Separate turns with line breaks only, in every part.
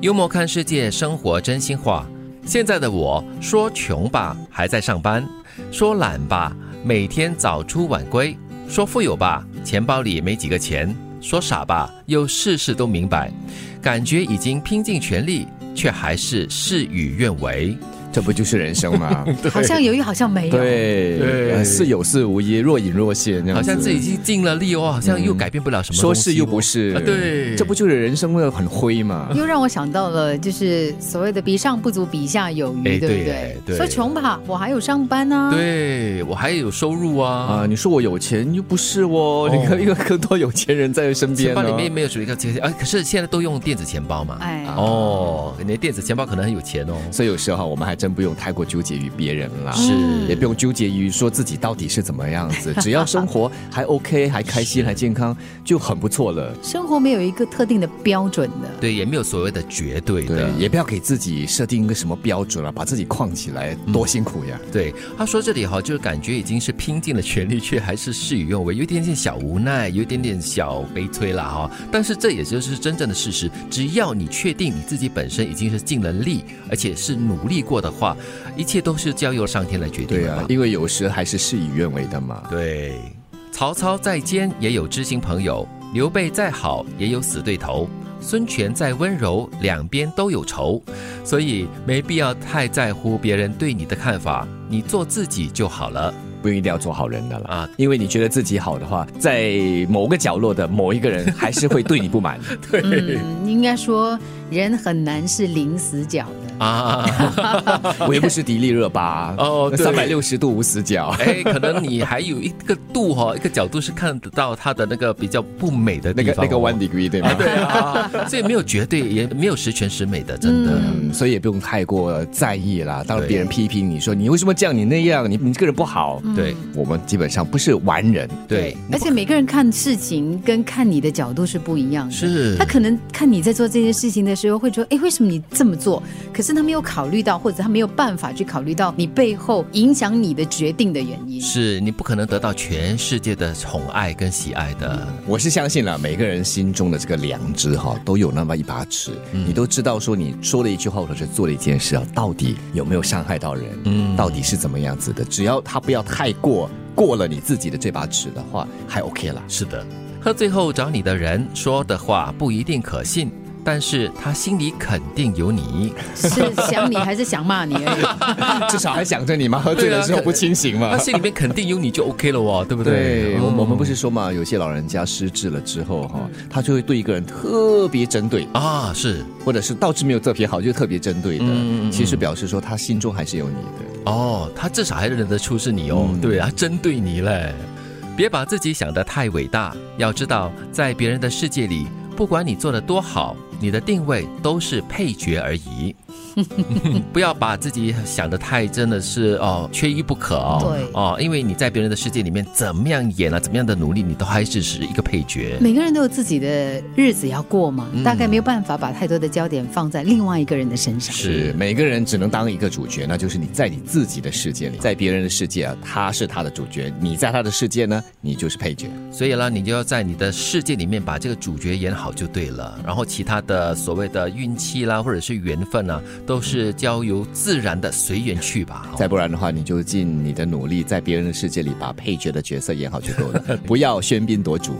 幽默看世界，生活真心话。现在的我说穷吧，还在上班；说懒吧，每天早出晚归；说富有吧，钱包里没几个钱；说傻吧，又事事都明白。感觉已经拼尽全力，却还是事与愿违。
这不就是人 生吗？
好像有，又好像没有。
对，
对
呃似有似无一，若隐若现，这样
好
子
像自己已经尽了力哦，好像又改变不了什么东
说
西哦。
是又不是，
啊对
这不就是人生的很灰吗？
又让我想到了，就是所谓的“比上不足，比下有余”，
哎
对不
对哎对
对？说穷吧，我还有上班呢、啊。
对我还有收入
啊，
啊，
你说我有钱又不是哦，你看一个更多有钱人在身边
钱包
呢
里面没有什么一个钱啊，可是现在都用电子钱包
啊
嘛。
哎，
哦，你的电子钱包可能很有钱哦。
所以有时候啊我们还真不用太过纠结于别人啦，
嗯
是
也不用纠结于说自己到底是怎么 样子，只要生活还 OK，还开心，还健康就很不错了。
生活没有一个特定的标准的。
对，也没有所谓的绝对的
对，。也不要给自己设定一个什么标准了，把自己框起来，
嗯
多辛苦呀！
对，他说这里哈，就是感觉已经是拼尽了全力，却还是事与愿违，有一点点小无奈，有一点点小悲催啦哈。但是这也就是真正的事实，只要你确定你自己本身已经是尽了力，而且是努力过的话，一切都是交由上天来决定
对
的
啊
嘛，。
因为有时还是事与愿违的嘛。
对，曹操在奸也有知心朋友，刘备再好也有死对头，孙权再温柔，两边都有仇，所以没必要太在乎别人对你的看法，你做自己就好了
不一定要做好人的了，
啊。
因为你觉得自己好的话，在某个角落的某一个人还是会对你不满。
嗯，应该说人很难是零死角的。
啊，
我又不是迪丽热巴
哦对
三百六十度无死角。
哎，可能你还有一个度哈、哦，一个角度是看得到他的那个比较不美的
那
地
个
方、
那个 one degree 对吗？
对啊，所以没有绝对，也没有十全十美的，真的。
嗯，所以也不用太过在意啦。当
对
别人批评你说你为什么这样，你那样，你你这个人不好，
对
我们基本上不是完人。
对，
嗯而且每个人看事情跟看你的角度是不一样的。
是
他可能看你在做这件事情的时候，会说：“哎，为什么你这么做？”可是他没有考虑到，或者他没有办法去考虑到你背后影响你的决定的原因。
是你不可能得到全世界的宠爱跟喜爱的。
我是相信了，每个人心中的这个良知哈，都有那么一把尺，你都知道说你说了一句话或者是做了一件事啊，到底有没有伤害到人，
嗯
到底是怎么样子的？只要他不要太过过了你自己的这把尺的话，还 OK 啦。
是的，喝醉后找你的人说的话不一定可信，但是他心里肯定有 你。
是想你还是想骂你而已？
至少还想着你吗？喝醉的时候不清醒吗
他？心里面肯定有你就 OK 了哦，对不对？
对，我
嗯
我们不是说嘛，有些老人家失智了之后哈，他就会对一个人特别针对，
啊，是
或者是倒是没有特别好，就特别针对的
嗯嗯。嗯
其实表示说他心中还是有你的。
哦，他至少还认得出是你哦，
嗯
对啊，他针对你嘞。别把自己想得太伟大，要知道，在别人的世界里，不管你做的多好，你的定位都是配角而已。不要把自己想得太真的是哦，缺一不可哦。
对
哦，因为你在别人的世界里面怎么样演啊，怎么样的努力，你都还只是一个配角。
每个人都有自己的日子要过嘛，大概没有办法把太多的焦点放在另外一个人的身上。
是
每个人只能当一个主角，那就是你在你自己的世界里，在别人的世界啊，他是他的主角，你在他的世界呢，你就是配角。
所以啦，你就要在你的世界里面把这个主角演好就对了，然后其他的所谓的运气啦，或者是缘分啊，都是交由自然的随缘去吧。
再不然的话，你就尽你的努力，在别人的世界里把配角的角色演好就够了，不要喧宾夺主。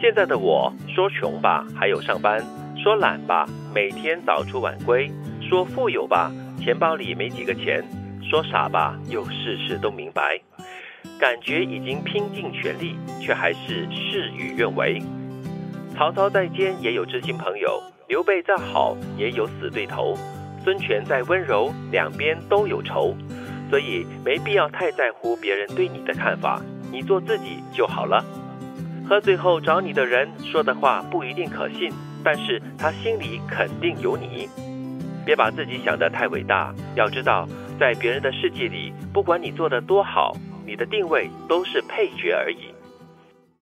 现在的我说穷吧，还有上班；说懒吧，每天早出晚归；说富有吧，钱包里没几个钱；说傻吧，又事事都明白。感觉已经拼尽全力，却还是事与愿违。曹操在奸也有知心朋友，刘备再好也有死对头，孙权再温柔，两边都有仇，所以没必要太在乎别人对你的看法，你做自己就好了。喝醉后找你的人说的话不一定可信，但是他心里肯定有你。别把自己想得太伟大，要知道，在别人的世界里，不管你做得多好，你的定位都是配角而已。